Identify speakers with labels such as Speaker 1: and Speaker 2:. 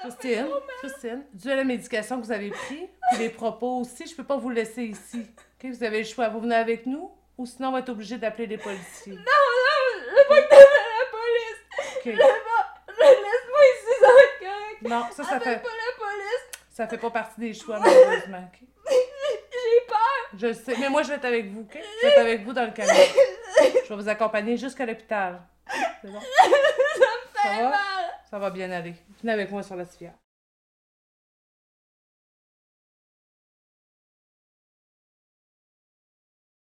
Speaker 1: Christine, Christine, dû à la médication que vous avez prise, puis les propos aussi, je peux pas vous laisser ici. OK? Vous avez le choix, vous venez avec nous, ou sinon on va être obligé d'appeler les policiers.
Speaker 2: Non, je veux pas que t'appelles la police.
Speaker 1: OK?
Speaker 2: Je veux pas. Je- Laisse-moi ici, ça va être correct.
Speaker 1: Non, ça, ça
Speaker 2: Appelle
Speaker 1: fait,
Speaker 2: pas la police.
Speaker 1: ça fait pas partie des choix, malheureusement. OK?
Speaker 2: J'ai peur.
Speaker 1: Je le sais, mais moi, je vais être avec vous, OK? Je vais être avec vous dans le camion. Je vais vous accompagner jusqu'à l'hôpital. C'est bon?
Speaker 2: Ça me fait
Speaker 1: Ça va?
Speaker 2: mal.
Speaker 1: Ça va bien aller. Venez avec moi sur la civière.